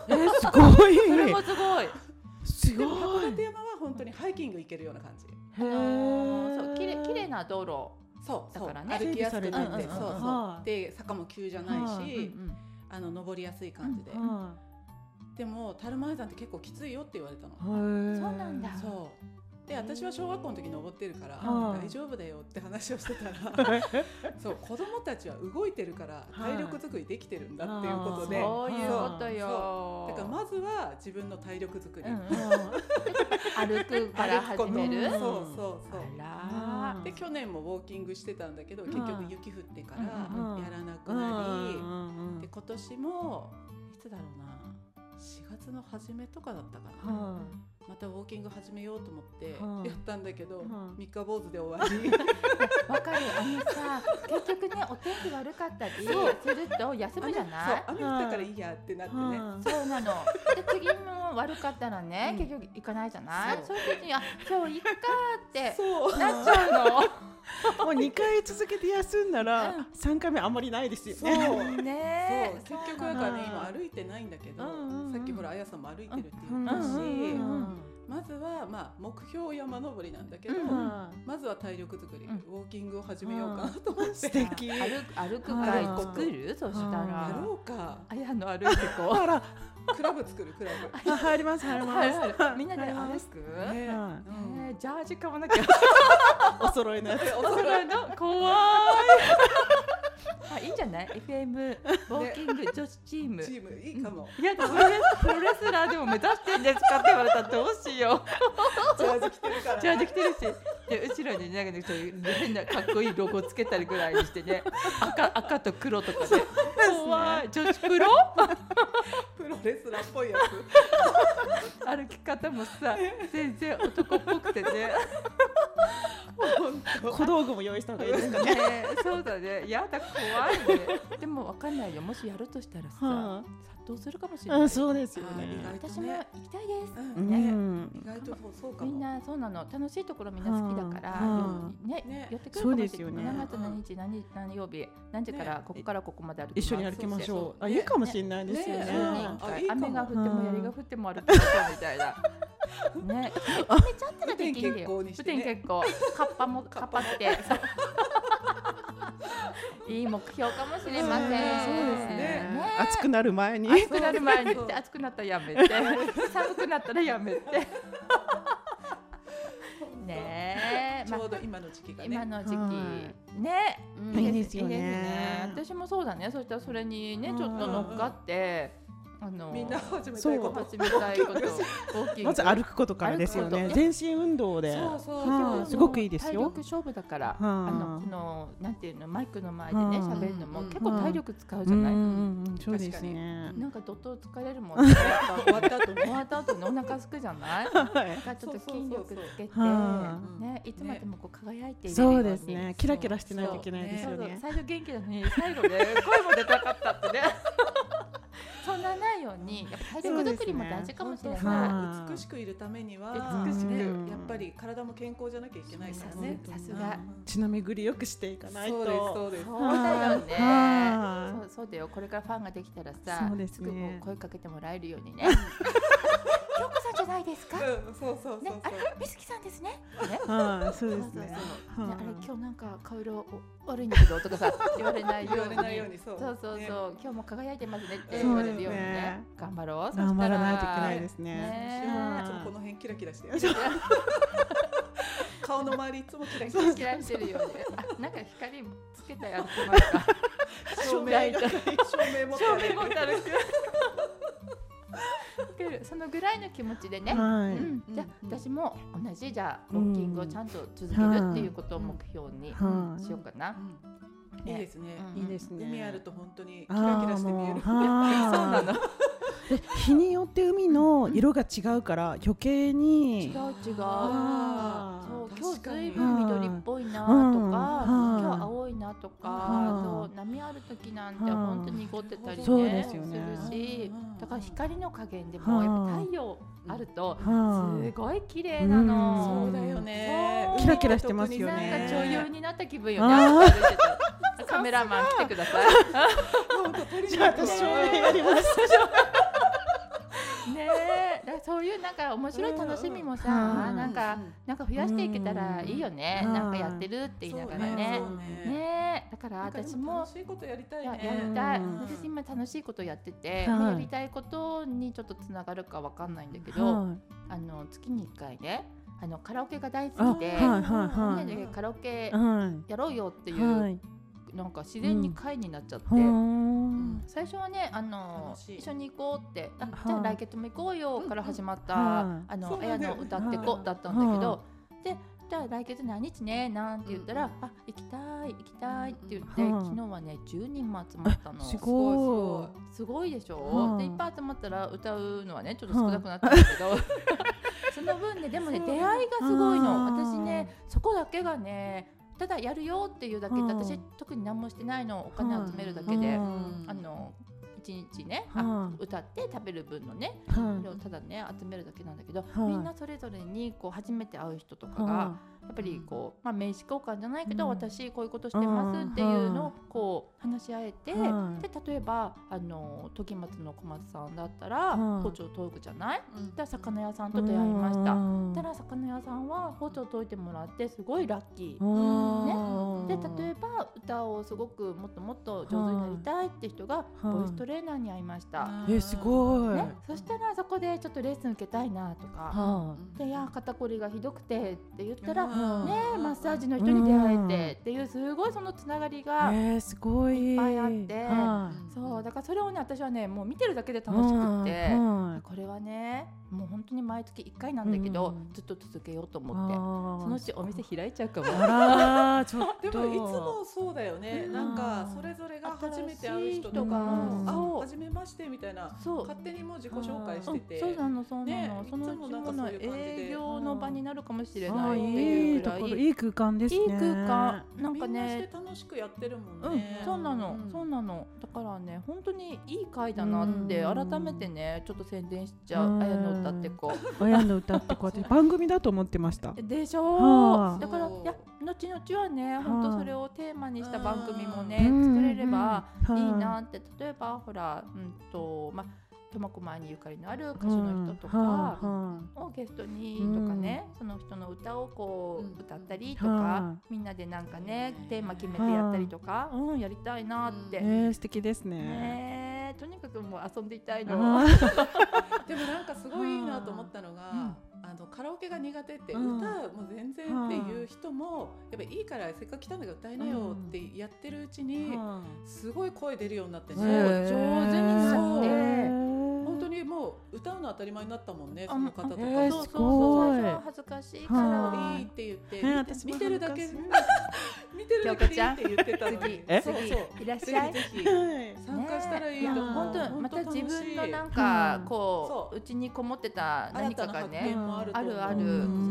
Speaker 1: えーすご い
Speaker 2: それもすごい。
Speaker 1: す
Speaker 3: でも
Speaker 1: ごい
Speaker 3: 函館山は本当にハイキング行けるような感じ。
Speaker 1: へ
Speaker 2: あの
Speaker 1: ー
Speaker 2: ーそう綺麗綺麗な道路。
Speaker 3: そうそう
Speaker 2: だからね
Speaker 3: 歩きやすくなっ
Speaker 2: 整備されて
Speaker 3: て、
Speaker 2: る
Speaker 3: そうそう、
Speaker 1: はい
Speaker 3: で坂も急じゃないし、
Speaker 1: はいう
Speaker 3: あの登りやすい感じで、
Speaker 1: は
Speaker 3: でも樽前山って結構きついよって言われたの、
Speaker 1: いへー
Speaker 2: そうなんだ
Speaker 3: そうで私は小学校の時登ってるから、
Speaker 1: はい
Speaker 3: 大丈夫だよって話をしてた らそう子供たちは動いてるから
Speaker 1: はい
Speaker 3: 体力作りできてるんだっていうことで、
Speaker 1: あー
Speaker 2: そういうこと
Speaker 3: だ
Speaker 2: よ。
Speaker 3: からまずは自分の体力作り、
Speaker 2: うん
Speaker 1: は
Speaker 2: 歩くから
Speaker 3: 歩くこ
Speaker 2: 始
Speaker 3: と
Speaker 2: める。
Speaker 3: そううんそうそう
Speaker 2: あ
Speaker 1: うん
Speaker 2: ら
Speaker 3: で去年もウォーキングしてたんだけど結
Speaker 1: は
Speaker 3: 局
Speaker 1: い
Speaker 3: 雪降ってか
Speaker 1: うんうん
Speaker 3: らやらなく
Speaker 1: い
Speaker 3: なり、
Speaker 1: うんうんうん
Speaker 3: で今年もいつだろうな4月の初めとかだったかな、
Speaker 1: は
Speaker 3: またウォーキング始めようと思って
Speaker 1: はい
Speaker 3: やったんだけど、
Speaker 1: はい
Speaker 3: 三日坊主で終 わり
Speaker 2: ら。わかる。あのさ、結局ね、お天気悪かったり
Speaker 3: そう
Speaker 2: すると休むじゃない。
Speaker 3: 雨 そう雨降ったからいいやってなってね、
Speaker 1: い
Speaker 2: そうなの。で次も悪かったらね、
Speaker 3: うん
Speaker 2: 結局行かないじゃない。
Speaker 3: そ
Speaker 2: そういう時にあ今日行っかって
Speaker 3: そう
Speaker 2: なっちゃうの。
Speaker 1: もう二回続けて休んだ
Speaker 2: う
Speaker 1: ら
Speaker 2: ん
Speaker 1: 三回目あんまりないですよ
Speaker 3: そう
Speaker 1: ね
Speaker 3: そう
Speaker 2: ねえ
Speaker 3: 結局だからね
Speaker 1: そうな
Speaker 3: 今
Speaker 1: の
Speaker 3: 歩いてないんだけど、
Speaker 1: うんうんうん
Speaker 3: さっきほらあやさんも歩いてるって言っ
Speaker 1: だ
Speaker 3: たし、
Speaker 2: うんうんうん
Speaker 3: まずは、まあ、目標山登りなんだけど、
Speaker 2: うん
Speaker 1: は
Speaker 3: まずは体力作り、
Speaker 2: うん
Speaker 3: ウォーキングを始めようかなと思って、
Speaker 1: 素敵
Speaker 2: 歩く歩く会作るそした
Speaker 1: あ
Speaker 3: や
Speaker 2: ら
Speaker 3: ろうか
Speaker 2: あやの歩いてこ
Speaker 1: あら
Speaker 3: クラブ作るクラブ。
Speaker 1: あ入ります入
Speaker 2: う
Speaker 1: り
Speaker 2: はい
Speaker 1: ます
Speaker 2: はいみんなで歩くえ
Speaker 3: ね
Speaker 1: は
Speaker 3: うん
Speaker 2: ージャージ買わなきゃ
Speaker 1: いお揃いのやつ
Speaker 3: でお
Speaker 2: そ
Speaker 3: そら
Speaker 2: れ
Speaker 3: く
Speaker 2: の怖いあいいんじゃない FM ウォーキング女子チーム
Speaker 3: チームいいかも。
Speaker 2: いやプロレスプロレスラーでも目指してんですかって言われたらどうしよう
Speaker 3: ジャージ着てるから。
Speaker 2: ジャージ着てるしで後ろにねなんかそういう変なかっこいいロゴつけたりぐらいにしてね赤赤と黒とかで怖い女子プロ
Speaker 3: プロレスラーっぽいや
Speaker 2: 歩き方もさ全然男っぽくてね
Speaker 1: 小道具も用意した方がいいですかね。
Speaker 2: ねそうだねやだ怖いねでもわかんないよもしやるとしたらさ、
Speaker 1: は
Speaker 2: 殺到するかもしれない、
Speaker 1: うん、そうですよ
Speaker 3: あ意
Speaker 1: ね。
Speaker 3: 外と
Speaker 2: 私
Speaker 3: ね
Speaker 2: も行きたいです
Speaker 3: つ。う
Speaker 1: うんん
Speaker 3: 意、外とそうそうか
Speaker 2: み
Speaker 3: も。
Speaker 2: んなそうなの楽しいところみんな好きだから、
Speaker 1: は
Speaker 2: ね
Speaker 3: ね
Speaker 2: 寄ってくるかもしれな
Speaker 1: そう
Speaker 2: い
Speaker 1: ですよね
Speaker 2: 何月何日何何曜日何時から
Speaker 3: ね
Speaker 2: ここからここまで歩きま
Speaker 1: 一
Speaker 2: す
Speaker 1: 緒に歩きましょう。あ、
Speaker 3: ね
Speaker 1: いいかもしれないですよね。
Speaker 3: ね
Speaker 1: あ
Speaker 3: あいいかも
Speaker 2: 雨が降って
Speaker 1: う
Speaker 2: も
Speaker 1: ん
Speaker 2: 槍が降っても歩きましょうみたいな。ね、雨ちゃったらできるよ。
Speaker 3: 雨天結構にしてね
Speaker 2: 雨天結構、カッパもカッパって。 いい目標かもしれませ
Speaker 1: うんそう
Speaker 2: ん。
Speaker 1: です
Speaker 3: ね
Speaker 1: 暑くなる前に。
Speaker 2: 暑くなる前にって暑くなったらやめて寒くなったらやめてね え、
Speaker 3: ち
Speaker 2: まあ
Speaker 3: ょうど今の時期がね。
Speaker 2: 今の時期、
Speaker 1: は
Speaker 2: ね
Speaker 3: うん
Speaker 1: いいですよね
Speaker 2: 私もそうだねそしたらそれにねちょっと乗っかって、うあの
Speaker 3: みんな始め
Speaker 1: そ
Speaker 3: た
Speaker 1: う
Speaker 3: いこと
Speaker 2: 始めたいことウォーキング
Speaker 1: まず歩くことからですよね
Speaker 2: 歩くこと
Speaker 1: 全身運動で
Speaker 3: そうそう
Speaker 1: は
Speaker 3: そ
Speaker 1: あ
Speaker 3: う
Speaker 1: すごくいいですよ
Speaker 2: 体力勝負だから、
Speaker 1: あ
Speaker 2: あのこのなんていうのマイクの前でね
Speaker 1: はあ
Speaker 2: 喋るのも
Speaker 3: うん
Speaker 2: 結構体力使う
Speaker 1: う
Speaker 2: じゃ
Speaker 1: んう
Speaker 2: ない。
Speaker 1: んうんそうですね
Speaker 2: なんかどっと疲れるもん、ね。
Speaker 3: やっぱ終わった後
Speaker 2: 終
Speaker 3: ね
Speaker 2: わった後にお腹すくじゃない。なん
Speaker 1: はい
Speaker 2: かちょっと筋力つけて
Speaker 1: は
Speaker 3: あ
Speaker 2: ねいつまでもこう輝いているように
Speaker 1: そうですねキラキラしてないといけないです
Speaker 2: そ
Speaker 1: よ
Speaker 2: うそう
Speaker 1: ね
Speaker 2: 最初元気なの に最後で声も出たかったってね。 そんなないようにやっぱ体力作りも大事かもし
Speaker 1: そ
Speaker 2: れ
Speaker 1: うです
Speaker 2: な
Speaker 1: ね
Speaker 2: い。
Speaker 1: はい
Speaker 3: 美しくいるためには
Speaker 2: 美
Speaker 1: しく
Speaker 3: ねやっぱり体も健康じゃなきゃいけないからね
Speaker 2: そうさすが
Speaker 1: 血の巡りよくしていかない
Speaker 3: そうです
Speaker 1: と
Speaker 3: そうです
Speaker 2: そうだよね
Speaker 1: はい。
Speaker 2: そうそうだよ。これからファンができたらさ、
Speaker 1: そうですね
Speaker 2: ぐこう声かけてもらえるよう にね。京子さんじゃないですか。ね、
Speaker 3: うんそうそうそう
Speaker 2: あれ美月さんですね。ね。
Speaker 1: はいそう
Speaker 2: そう
Speaker 1: で
Speaker 2: そう
Speaker 1: す
Speaker 2: そう。
Speaker 1: ね
Speaker 2: ねあれ
Speaker 1: はい
Speaker 2: 今日なんか顔色お悪いんだけどとかさ言われないよ
Speaker 3: 言わ
Speaker 2: う
Speaker 3: れ
Speaker 2: に。
Speaker 3: ないようにそう
Speaker 2: そうそうそう、
Speaker 3: ね
Speaker 2: 今日も輝いてますねって
Speaker 3: そ
Speaker 2: 言
Speaker 3: う
Speaker 2: わ
Speaker 3: です
Speaker 2: れ
Speaker 3: ね
Speaker 2: るようにね頑張ろうそしたら
Speaker 1: 頑張らないといけないですね
Speaker 2: ね
Speaker 3: いつもこの辺キラキラしてる
Speaker 2: そう
Speaker 3: 顔の周りいつもキラキ
Speaker 2: キ
Speaker 3: ラ
Speaker 2: ラ
Speaker 3: して
Speaker 2: キ
Speaker 3: る
Speaker 2: ラしてるよねあなんか光つけたやつとか
Speaker 3: 照明
Speaker 2: ライト
Speaker 3: 照明持って
Speaker 2: 照明持って歩く そのぐらいの気持ちでね、
Speaker 1: は
Speaker 2: う
Speaker 1: い
Speaker 2: ん、じゃあ、
Speaker 3: うん
Speaker 2: 私も同じじゃあウ
Speaker 1: うん
Speaker 2: ォーキングをちゃんと続けるっていうことを目標に
Speaker 1: はい
Speaker 2: しようかな、
Speaker 3: うんいいですね
Speaker 2: うん
Speaker 1: いいですね
Speaker 3: 海あると本当にキラ
Speaker 1: あ
Speaker 3: キ
Speaker 1: あ
Speaker 3: ラ
Speaker 1: ー
Speaker 3: して見
Speaker 1: も
Speaker 3: え
Speaker 1: う
Speaker 3: る
Speaker 1: はいで日によって海の色が違うから余計
Speaker 2: 違う
Speaker 1: に
Speaker 2: 違う
Speaker 1: あー
Speaker 2: そう今日
Speaker 3: 確か
Speaker 2: ず
Speaker 3: に
Speaker 2: いぶん緑っぽいなとか、
Speaker 1: うんうん
Speaker 2: 今日青いなとか、
Speaker 1: うん
Speaker 2: そう波ある時なんて
Speaker 1: うん
Speaker 2: 本当に濁ってたりね,、
Speaker 1: そうですよね
Speaker 2: するし
Speaker 3: うん
Speaker 2: だから光の加減でもやっぱ太陽あるとす
Speaker 1: は
Speaker 2: ごい綺麗なの、
Speaker 1: うん
Speaker 3: そうだよね
Speaker 2: そう
Speaker 1: キラキラしてますよね
Speaker 2: なんか女優になった気分よ
Speaker 1: あ
Speaker 2: ね歩いてた カメラマン来てください
Speaker 1: いじゃあ私照明やります
Speaker 2: ねえだからそういうなんか面白い楽しみもさ、
Speaker 1: うんうん
Speaker 2: なんかなんか増やしていけたらいいよね、
Speaker 1: うん
Speaker 2: なんかやってるって言いながらね
Speaker 3: そう
Speaker 2: ねえだから
Speaker 3: なんかで
Speaker 2: 私も
Speaker 3: 楽しいことやりたい
Speaker 2: いや
Speaker 3: ね
Speaker 2: やりたい、
Speaker 1: うん
Speaker 2: 私今楽しいことやってて、
Speaker 1: い
Speaker 2: まあやりたいことにちょっとつながるかわかんないんだけど、
Speaker 1: はい
Speaker 2: あの月に1回ねあのカラオケが大
Speaker 1: あ
Speaker 2: 好き
Speaker 1: はい
Speaker 2: で、
Speaker 1: はいは
Speaker 2: みんないでカラオケ
Speaker 1: は
Speaker 2: やろうよってい、
Speaker 1: いうはい
Speaker 2: なんか自然に会になっちゃって。
Speaker 1: ほーん
Speaker 2: 最初はねあの
Speaker 3: 楽しい
Speaker 2: 一緒に行こうって「あ
Speaker 3: うん
Speaker 2: じゃあ
Speaker 1: はい
Speaker 2: 来月も行こうよ」から始まった「
Speaker 1: は
Speaker 2: あ
Speaker 3: そ
Speaker 2: の
Speaker 3: う
Speaker 2: 綾
Speaker 3: だね
Speaker 2: の歌ってこ」だったんだけど
Speaker 1: は
Speaker 2: で「じゃあ来月何日ね」なんて言ったら
Speaker 3: う
Speaker 2: 「あ行きたい行きたい」って言って、
Speaker 1: うんうん
Speaker 2: 昨日はね10人も集まったの。
Speaker 1: す
Speaker 3: すごいす
Speaker 1: ごい
Speaker 3: ごい
Speaker 2: すごいでしょ、
Speaker 1: はい
Speaker 2: でいっぱい集まったら歌うのはねちょっと少なくなったんだけ ど、その分ねでもね
Speaker 3: そう
Speaker 2: 出会いがすごいの
Speaker 1: あー
Speaker 2: 私ねそこだけがねただやるよっていうだけで
Speaker 1: はい
Speaker 2: 私特に何もしてないのお金集めるだけで、
Speaker 1: はい
Speaker 2: あの一日ね、
Speaker 1: は
Speaker 2: あ
Speaker 1: い
Speaker 2: 歌って食べる分のね、
Speaker 1: は
Speaker 2: それをただね集めるだけなんだけど、
Speaker 1: はい
Speaker 2: みんなそれぞれにこう初めて会う人とか
Speaker 1: い
Speaker 2: が、
Speaker 1: は
Speaker 2: やっぱりこうまあ名刺交換じゃないけど、
Speaker 1: うん
Speaker 2: 私こういうことしてますっていうのをこう話し合えて、
Speaker 1: はい
Speaker 2: で例えばあの時松の小松さんだったら
Speaker 1: はい
Speaker 2: 包丁トークじゃない？
Speaker 3: うん
Speaker 2: だから魚屋さん
Speaker 1: い
Speaker 2: と出会いました。
Speaker 1: う
Speaker 2: そ
Speaker 1: ん
Speaker 2: したら魚屋さんは包丁解いてもらってすごいラッキー。
Speaker 1: うん
Speaker 2: で例えば歌をすごくもっともっと上手になりたいって人が
Speaker 1: い
Speaker 2: ボイストレーナーに会いました、
Speaker 1: えすごい
Speaker 2: ね、そしたらそこでちょっとレッスン受けたいなとか
Speaker 1: は
Speaker 2: 「でいや肩こりがひどくて」って言ったら「ね
Speaker 1: うん
Speaker 2: えマッサージの人に出会えて」っていうすごいそのつながりが、
Speaker 1: いえーすごい
Speaker 2: いっぱいあって
Speaker 1: は
Speaker 2: そうだからそれをね私はねもう見てるだけで楽しくって。
Speaker 1: は
Speaker 2: これはねもう本当に毎月1回なんだけど、
Speaker 1: うん
Speaker 2: ずっと続けようと
Speaker 1: い
Speaker 2: 思ってそのう
Speaker 1: あ
Speaker 2: ちお店開いちゃうかも
Speaker 1: ーあらーちょっ
Speaker 3: で
Speaker 1: と
Speaker 3: もいつもそうだよね、
Speaker 1: うん
Speaker 3: なんかそれぞれが初めて会う人と
Speaker 1: 新しい人
Speaker 3: か
Speaker 1: が
Speaker 3: も、
Speaker 2: そう
Speaker 3: あ、初めましてみたいな、
Speaker 2: そう
Speaker 3: 勝手にもう自己紹介してて、
Speaker 2: うんそうなのそうな
Speaker 3: ね
Speaker 2: の、
Speaker 3: いつ
Speaker 2: そ
Speaker 3: も
Speaker 2: のうち
Speaker 3: なん
Speaker 2: も
Speaker 3: か
Speaker 2: の
Speaker 3: そういう感じで
Speaker 2: 営業の場になるかもしれ
Speaker 1: あ
Speaker 2: な
Speaker 1: ー
Speaker 2: いってい
Speaker 1: いうい
Speaker 2: ぐ
Speaker 1: と
Speaker 2: らい
Speaker 1: ころいい空間ですね
Speaker 2: いい空間なんか
Speaker 3: みんなして
Speaker 2: ね
Speaker 3: 楽しくやってるも
Speaker 2: うんん
Speaker 3: ね。
Speaker 2: そうなの、
Speaker 3: うん
Speaker 2: そうなのだからね本当にいい回だなって
Speaker 1: うん
Speaker 2: 改めてねちょっと宣伝しちゃ
Speaker 1: う
Speaker 2: うんあやの歌って こう
Speaker 1: 親の歌ってこうやって番組だと思ってま した
Speaker 2: でしょ
Speaker 1: はあ
Speaker 2: うだからいや後々はね本当それをテーマにした番組もね作れればいいなって例えばほらうんとまあ苫小牧にゆかりのある歌手の人とか、をゲストにとかね、その人の歌をこ
Speaker 3: うん
Speaker 2: う歌ったりとか、
Speaker 1: は
Speaker 2: みんなでなんかね
Speaker 3: うん
Speaker 2: テーマ決めてやったりとか、うん、やりたいなって、
Speaker 1: え
Speaker 3: うん
Speaker 1: ー素敵ですね
Speaker 2: ねえとにかくもう遊んでいたいの。
Speaker 1: あー
Speaker 3: でもなんかすごいいいなと思ったのが、あのカラオケが苦手って、歌
Speaker 1: うん
Speaker 3: もう全然っていう人も、やっぱいいからせっかく来たんだから歌いなよってやってるうちに、すごい声出るようになって
Speaker 1: へ
Speaker 3: ね。
Speaker 1: ー
Speaker 2: 上手になって
Speaker 1: へ
Speaker 3: りもう歌うの当たり前になったもんね
Speaker 2: あ
Speaker 3: その方とか、
Speaker 1: えー
Speaker 2: そうそう
Speaker 1: すご
Speaker 2: そ
Speaker 1: いう
Speaker 2: 最初は恥ずかしいから、
Speaker 1: はい
Speaker 3: いって言っ
Speaker 1: ね
Speaker 3: て、見て
Speaker 1: 私も
Speaker 3: 見てるだけ
Speaker 1: 恥ず
Speaker 3: 見てるだけでいいって言ってたのに
Speaker 2: 次
Speaker 5: え
Speaker 3: そうそう
Speaker 2: 次いらっ
Speaker 3: ぜ
Speaker 2: しゃい。
Speaker 3: ひぜひ
Speaker 1: はい
Speaker 3: 参加したらいいと
Speaker 1: ね
Speaker 3: 思
Speaker 1: え
Speaker 3: う
Speaker 1: や
Speaker 2: 本当また
Speaker 3: 楽し
Speaker 2: 自分
Speaker 3: い
Speaker 2: のなん
Speaker 1: う
Speaker 2: か
Speaker 1: ん
Speaker 2: こ
Speaker 3: そう
Speaker 2: ううちにこもってた何かが
Speaker 3: 新
Speaker 2: ね
Speaker 3: たな発見もあると思
Speaker 2: あ
Speaker 3: う
Speaker 2: るある
Speaker 1: うん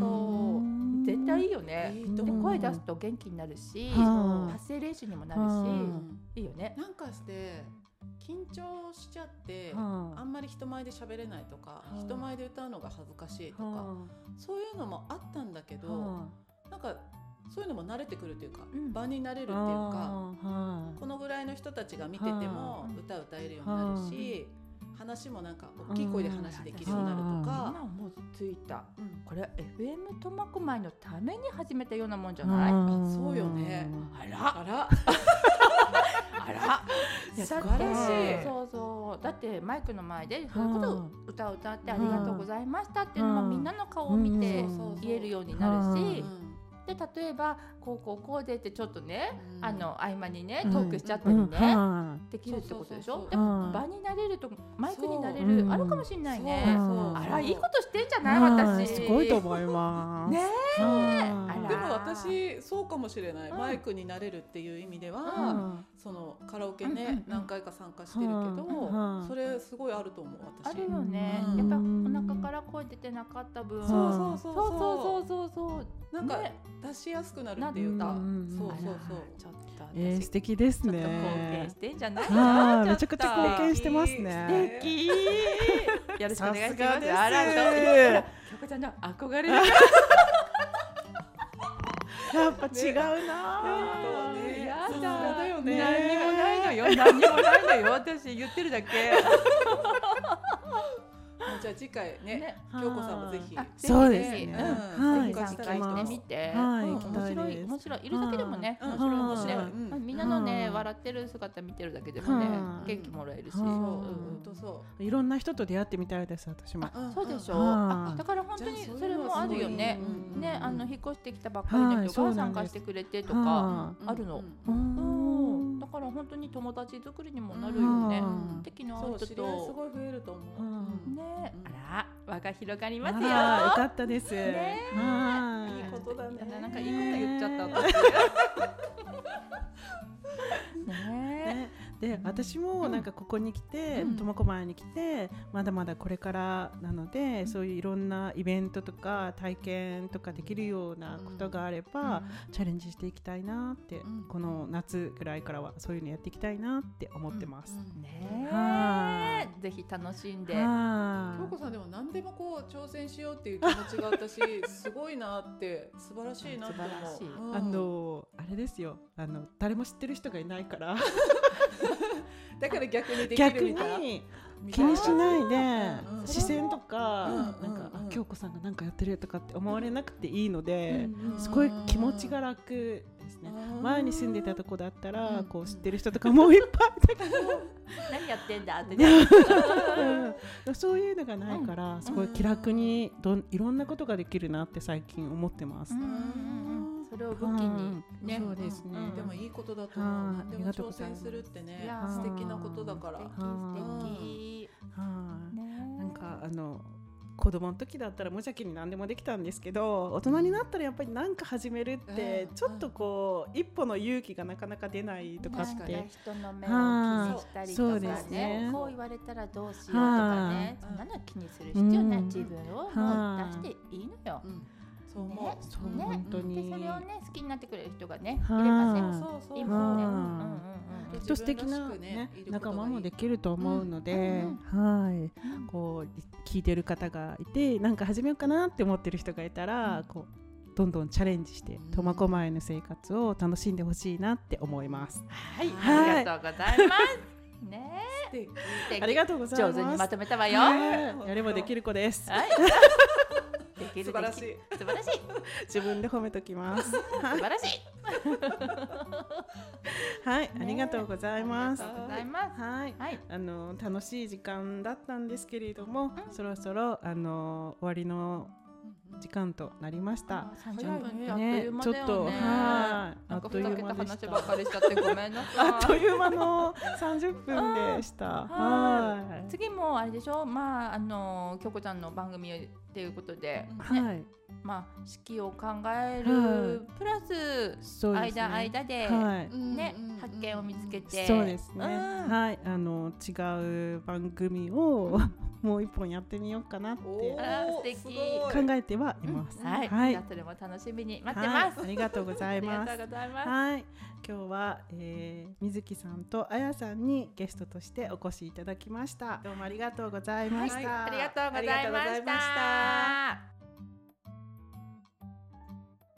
Speaker 2: そう絶対いいよね。
Speaker 3: いいと
Speaker 2: で
Speaker 3: 思う
Speaker 2: 声出すと元気になるし、
Speaker 1: はい
Speaker 2: 発声練習にもなる
Speaker 1: は
Speaker 2: し、いいよね。
Speaker 3: なんかして緊張しちゃって、
Speaker 1: はあ
Speaker 3: あんまり人前で喋れないとか、
Speaker 1: い
Speaker 3: 人前で歌うのが恥ずかしいとか、
Speaker 1: は
Speaker 3: そういうのもあったんだけ
Speaker 1: あ
Speaker 3: ど、
Speaker 1: は
Speaker 3: なんかそういうのも慣れてくるというか、
Speaker 2: うん
Speaker 3: 場に慣れるって
Speaker 1: あ
Speaker 3: いうか、
Speaker 1: はあ
Speaker 3: このぐらいの人たちが見てても
Speaker 2: はあ
Speaker 3: 歌歌えるようになるし、話もなんか大きい声で話できる
Speaker 1: そ
Speaker 3: よう
Speaker 1: う
Speaker 3: になると
Speaker 2: 今
Speaker 3: か、
Speaker 2: 思いついた。
Speaker 3: うん
Speaker 2: これは FM 苫小牧のために始めたようなもんじゃない。
Speaker 1: うん
Speaker 3: そうよね
Speaker 2: あら
Speaker 3: あら
Speaker 2: あら。
Speaker 3: いや
Speaker 2: だって
Speaker 3: 素晴らしい
Speaker 2: そうそう。だってマイクの前でそういうことを歌を歌ってありがとうございましたっていうのも
Speaker 1: うん
Speaker 2: みんなの顔を見て
Speaker 1: うん
Speaker 2: 言えるようになる
Speaker 1: う
Speaker 2: し
Speaker 3: うん、
Speaker 2: で例えばこうこうこうでってちょっとね、
Speaker 3: うん
Speaker 2: あの合間にね
Speaker 1: うん
Speaker 2: トークしちゃった
Speaker 1: う
Speaker 2: り
Speaker 1: ん
Speaker 2: ね、
Speaker 1: は
Speaker 2: できるってことでしょ。
Speaker 3: そうそうそうそう
Speaker 2: でも
Speaker 1: うん
Speaker 2: 場になれるとマイクになれ
Speaker 1: そ
Speaker 2: る
Speaker 1: う
Speaker 2: あるかもしれない
Speaker 3: そう
Speaker 2: ね
Speaker 3: そ。
Speaker 1: う
Speaker 3: うん
Speaker 2: あらいいことしてんじゃ
Speaker 1: あ
Speaker 2: ない
Speaker 1: はあ
Speaker 2: 私。
Speaker 1: すごいと思います
Speaker 2: ね
Speaker 1: は
Speaker 2: あら
Speaker 3: でも私そうかもしれない、
Speaker 2: うん
Speaker 3: マイクになれるっていう意味では、
Speaker 1: は
Speaker 3: そのカラオケ
Speaker 2: うんうんう
Speaker 3: ね
Speaker 2: ん、
Speaker 3: 何回か参加してるけど、
Speaker 1: うんうん
Speaker 3: それすごいあると思う
Speaker 2: あ
Speaker 3: 私。
Speaker 2: るよね、
Speaker 3: うん
Speaker 2: やっぱお腹から声出てなかった分、
Speaker 1: そ
Speaker 3: そう
Speaker 1: そ
Speaker 3: うそうう
Speaker 2: そ
Speaker 3: そうう
Speaker 2: そ
Speaker 3: そう
Speaker 2: そうそう
Speaker 3: う。なんか
Speaker 2: ね
Speaker 3: 出しやすくなるっていう
Speaker 1: な
Speaker 3: か
Speaker 1: う、ん
Speaker 3: そう
Speaker 2: あら
Speaker 3: そうそう。
Speaker 2: ちょっと私、
Speaker 1: えー素
Speaker 2: ち
Speaker 1: 敵です
Speaker 2: ょっと貢
Speaker 1: ね
Speaker 2: 献してんじゃないか
Speaker 1: は
Speaker 2: な
Speaker 1: あ
Speaker 2: ょっと
Speaker 1: めちゃくちゃ貢献してますね
Speaker 3: 素
Speaker 2: 素敵よろしくお願い
Speaker 1: さ
Speaker 2: しま
Speaker 1: すが
Speaker 2: す
Speaker 1: です
Speaker 2: あらそうほら京子ちゃんの憧れる
Speaker 1: やっぱ違うな
Speaker 3: 本当ね
Speaker 2: や
Speaker 3: さす
Speaker 2: だ
Speaker 3: がだよね
Speaker 2: 何にもないのよ何にもないのよ私言ってるだけ
Speaker 3: もうじゃあ次回ね、
Speaker 2: ね
Speaker 3: 京子さんもぜひ。
Speaker 2: あ
Speaker 1: そうですね
Speaker 2: ぜひ
Speaker 3: うん
Speaker 1: はい
Speaker 2: ぜひ参加してみて、
Speaker 1: はい
Speaker 2: うん
Speaker 1: 行きた
Speaker 2: 面
Speaker 1: い
Speaker 2: 白
Speaker 1: で
Speaker 2: い
Speaker 1: す
Speaker 2: 面白いいるだけでもね、
Speaker 3: うん
Speaker 2: 面白いもん
Speaker 1: 面
Speaker 2: ね、
Speaker 1: 白い
Speaker 3: うん
Speaker 2: まあみんなのね、
Speaker 1: うん
Speaker 2: 笑ってる姿見てるだけでもね、
Speaker 1: うん
Speaker 2: 元気もらえるし、
Speaker 1: うん
Speaker 3: そう、
Speaker 1: ん
Speaker 3: 本当そ
Speaker 1: いろんな人と出会ってみたいです私も
Speaker 3: ううん。
Speaker 2: そうでしょ、
Speaker 1: うん
Speaker 2: あだから本当に
Speaker 3: じゃあ
Speaker 2: それもあるよね
Speaker 3: そういうのはすごいうん
Speaker 2: ねあの引っ越してきたばっかりの人
Speaker 1: はい
Speaker 2: が
Speaker 1: そうなん
Speaker 2: 参
Speaker 1: です
Speaker 2: 加してくれてとか、
Speaker 1: は
Speaker 3: うん
Speaker 2: あるの
Speaker 3: うん
Speaker 2: うんだから本当に友達作りにもなるよね、
Speaker 1: うん
Speaker 2: 敵の
Speaker 3: そう、
Speaker 2: 人
Speaker 3: 知り合いす
Speaker 2: と
Speaker 3: ごい増えると思う。
Speaker 1: うん
Speaker 3: うん
Speaker 2: ね
Speaker 3: うん
Speaker 2: あら輪が広がります
Speaker 1: あらよ
Speaker 2: よ
Speaker 1: かったです。
Speaker 2: ね
Speaker 1: はい
Speaker 3: いことだね
Speaker 2: やなんかいいこと言っちゃった私ね
Speaker 1: ねで私も
Speaker 2: うん
Speaker 1: なんかここに来て
Speaker 2: うん
Speaker 1: 苫小牧に来てまだまだこれからなのでそういういろんなイベントとか体験とかできるようなことがあればチャレンジしていきたいなって
Speaker 3: うん
Speaker 1: この夏ぐらいからはそういうのやっていきたいなって思ってます。
Speaker 3: うん
Speaker 2: ね
Speaker 1: は
Speaker 2: ぜひ楽しんで
Speaker 1: は
Speaker 3: 京子
Speaker 1: い
Speaker 3: さんでも何でもこう挑戦しようっていう気持ちが私すごいなって素晴らしいなって思う。
Speaker 2: 素晴らしい
Speaker 3: うん
Speaker 1: あのあれですよあの誰も知ってる人がいないから
Speaker 3: だから逆にでき
Speaker 1: 逆
Speaker 3: るみたいな。
Speaker 1: に気にしないで
Speaker 3: うんうん
Speaker 1: 視線とか
Speaker 3: う
Speaker 1: なん
Speaker 3: ん
Speaker 1: か
Speaker 3: うん
Speaker 1: あ京子さんがなんかやってるとかって思われなくていいので
Speaker 3: うんうん
Speaker 1: すごい気持ちが楽ですね
Speaker 3: うん
Speaker 1: 前に住んでたとこだった
Speaker 3: う
Speaker 1: ら
Speaker 3: ん
Speaker 1: こう知ってる人とかもいっぱい
Speaker 2: 何やってんだって
Speaker 1: うんそういうのがないからすごい気楽にどんいろんなことができるなって最近思ってます
Speaker 2: うん。うんうんそれを武器にね
Speaker 1: そうですね
Speaker 2: うん
Speaker 3: でもいいことだと思う。
Speaker 1: はい
Speaker 3: 何
Speaker 1: あ
Speaker 3: でも
Speaker 1: りがとうご
Speaker 3: 挑
Speaker 1: ざいま
Speaker 3: 戦
Speaker 1: す
Speaker 3: するって
Speaker 2: い
Speaker 3: ね
Speaker 2: やー
Speaker 3: 素敵なことだから。
Speaker 1: う
Speaker 2: 素
Speaker 1: ん
Speaker 2: 敵
Speaker 1: はい
Speaker 2: 素敵ね
Speaker 1: なんかあの子供の時だったら無邪気に何でもできたんですけど大人になったらやっぱり何か始めるって
Speaker 3: うん
Speaker 1: ちょっとこう一歩の勇気がなかなか出ないとか
Speaker 2: 確
Speaker 1: っ
Speaker 2: か
Speaker 1: て
Speaker 2: に人の目を気にしたり
Speaker 1: そう
Speaker 2: と
Speaker 1: で
Speaker 2: か
Speaker 1: すね
Speaker 2: ねこう言われたらどうしようとかね
Speaker 3: は
Speaker 2: そ
Speaker 3: い
Speaker 2: んなの気にする必要な
Speaker 1: う
Speaker 2: い
Speaker 1: ん
Speaker 2: 自分をも
Speaker 1: は
Speaker 2: う
Speaker 1: い
Speaker 2: 出していいのよ
Speaker 3: うんそう
Speaker 2: ね
Speaker 3: 思う。
Speaker 1: そう
Speaker 2: ね
Speaker 1: 本当
Speaker 2: で
Speaker 1: に
Speaker 2: それをね好きになってくれる人がねいれ
Speaker 1: はい
Speaker 2: ばね
Speaker 1: うん
Speaker 3: そうそう。
Speaker 2: いい
Speaker 1: は
Speaker 2: もんね
Speaker 1: い
Speaker 2: うんうんうんうん
Speaker 1: きっと素敵な、
Speaker 3: 自分らしくね
Speaker 1: ね
Speaker 3: いることが
Speaker 1: 仲
Speaker 3: いい
Speaker 1: 間もできると思うので、はいこうい聞いてる方がいてなんか始めようかなって思ってる人がいたら、こうどんどんチャレンジして
Speaker 3: うん
Speaker 1: 苫小牧の生活を楽しんでほしいなって思います。
Speaker 2: はい
Speaker 1: はい
Speaker 2: ありがとうございますね
Speaker 3: 素敵
Speaker 2: 素敵
Speaker 1: ありがとうございま
Speaker 2: 上
Speaker 1: す。
Speaker 2: 手にまとめたわよは
Speaker 1: はいやればできる子です。
Speaker 2: いできる
Speaker 3: 素晴らしい。
Speaker 2: 素晴らしい
Speaker 1: 自分で褒めとき ます。
Speaker 2: 素晴らしい
Speaker 1: はい、ありがとうございます
Speaker 2: あ。りがとうございます
Speaker 1: はい。
Speaker 2: はい
Speaker 1: あの楽しい時間だったんですけれども、そろそろあの終わりの時間となりました。
Speaker 2: 三十分ってあっとい
Speaker 1: ね
Speaker 2: う、間
Speaker 1: ちょ
Speaker 2: だ
Speaker 1: っ
Speaker 2: よ
Speaker 1: と、
Speaker 2: ね。
Speaker 1: はい、
Speaker 2: な
Speaker 1: あ
Speaker 2: ん
Speaker 1: っ
Speaker 2: か
Speaker 1: と
Speaker 2: ふ
Speaker 1: い
Speaker 2: ざ
Speaker 1: う
Speaker 2: けた
Speaker 1: 間でし。
Speaker 2: 話ばったかりしちゃってごめんな
Speaker 1: あっと
Speaker 2: さい。
Speaker 1: いう間の30分でした。は
Speaker 2: はい次もあれでしょまああの京子ちゃんの番組っていうことで、
Speaker 1: い。
Speaker 2: ね
Speaker 1: はい、
Speaker 2: まあ式を考
Speaker 1: は
Speaker 2: えるプラス
Speaker 1: そうですね。
Speaker 2: 間間で
Speaker 1: はい。
Speaker 2: ね発見を見つけて
Speaker 1: そうですね。
Speaker 2: うん
Speaker 1: はい、あの違う番組を もう一本やってみようかなって
Speaker 3: お
Speaker 1: 考
Speaker 2: あー
Speaker 3: ー
Speaker 2: 素敵
Speaker 3: すごい
Speaker 1: えてはいます。
Speaker 2: はい、
Speaker 1: はい
Speaker 2: じゃあそれも楽しみに待ってます、
Speaker 1: はいありがとうござ
Speaker 2: あ
Speaker 1: い
Speaker 2: り
Speaker 1: ます
Speaker 2: がと。うございます
Speaker 1: はい、今日は、えー、水木さんとあやさんにゲストとしてお越しいただきました。どうもありがとうございました。
Speaker 2: ありがとうございま
Speaker 3: ありがとうござい
Speaker 2: し
Speaker 3: ました